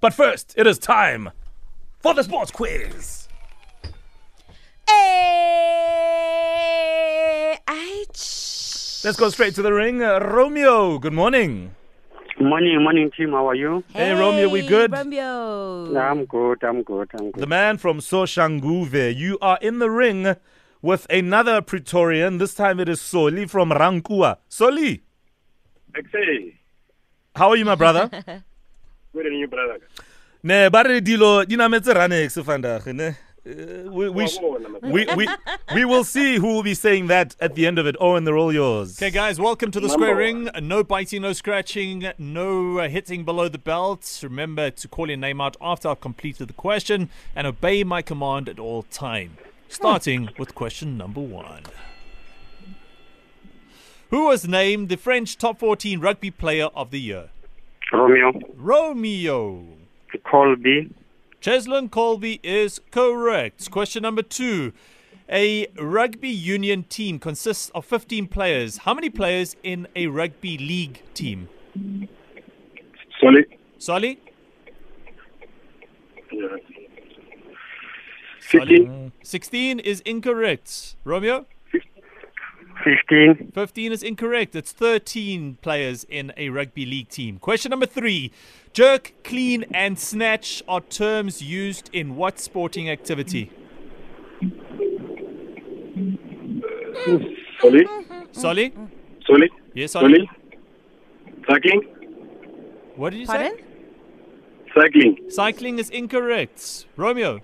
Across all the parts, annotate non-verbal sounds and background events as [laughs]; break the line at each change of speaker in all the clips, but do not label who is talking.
But first, it is time for the sports quiz.
Hey, Aitch.
Let's go straight to the ring. Uh, Romeo, good morning.
Morning, morning team. How are you?
Hey, Romeo, we good?
Romeo.
Yeah, I'm good. I'm good. I'm good.
The man from Soshanguve. You are in the ring with another Praetorian. This time it is Soli from Rankua. Soli,
Exciting.
how are you, my brother?
Good evening, brother.
ne ba re dilo di nametse ranex vandag, ne? Uh, we, we, sh-
Wa bona, my
we, we, we will see who will be saying that at the end of it. Oh, and they're all yours.
Okay, guys, welcome to the square ring.
Number
No biting, no scratching, no uh, hitting below the belt. Remember to call your name out after I've completed the question and obey my command at all time. Starting with question number one. Who was named the French top 14 rugby player of the year?
Romeo,
Romeo.
Colby,
Cheslin Colby is correct. Question number two. A rugby union team consists of 15 players. How many players in a rugby league team?
Solid.
Sally?
Yeah.
Sally?
Fifteen.
16 is incorrect. Romeo?
15,
15 is incorrect. It's 13 players in a rugby league team. Question number three. Jerk, clean, and snatch are terms used in what sporting activity?
Solid.
Sally?
Solid.
Yes, Sally?
Solid. Cycling.
What did you
Pardon?
say?
Cycling.
Cycling is incorrect. Romeo?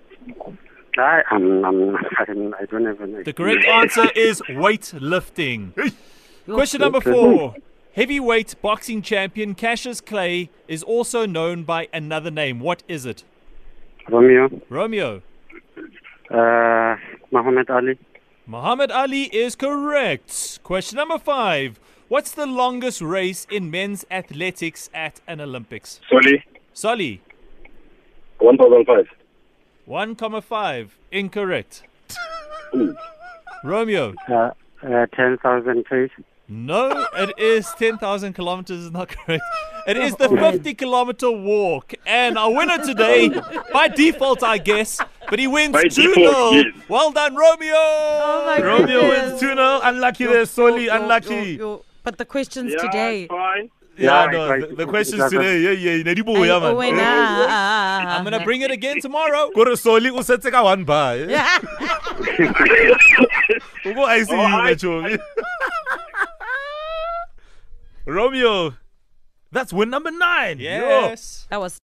I, I'm, I'm, I'm, I don't have an
The correct answer is weightlifting. Question number four. Heavyweight boxing champion Cassius Clay is also known by another name. What is it?
Romeo,
Romeo.
uh, Muhammad Ali,
Muhammad Ali is correct. Question number five. What's the longest race in men's athletics at an Olympics?
Solid.
Solly,
1005.
1,5. Incorrect. Romeo.
uh, uh, 10,000 feet.
No, it is 10,000 kilometers, is not correct. It
Oh,
is the 50 kilometer walk. And our winner today, by default, I guess, but he wins
By
2
default,
0.
yes.
Well done, Romeo!
Oh my
Romeo
goodness.
wins 2 0. Unlucky there, Soli.
Yo, yo,
unlucky.
yo, yo. But the questions
Yeah,
today.
it's fine.
Yeah,
Yeah,
no,
right.
the, the questions today. Yeah, yeah. ne di boya,
Ay,
man.
oh, wait,
Eh,
ah, ah, ah,
I'm going to
ah. [laughs]
bring it again tomorrow.
kore Soli o setse ka one bar. eh? O go ICU,
Oh, I-
Machomi. Romeo, that's win number nine. Yo.
Yes.
That was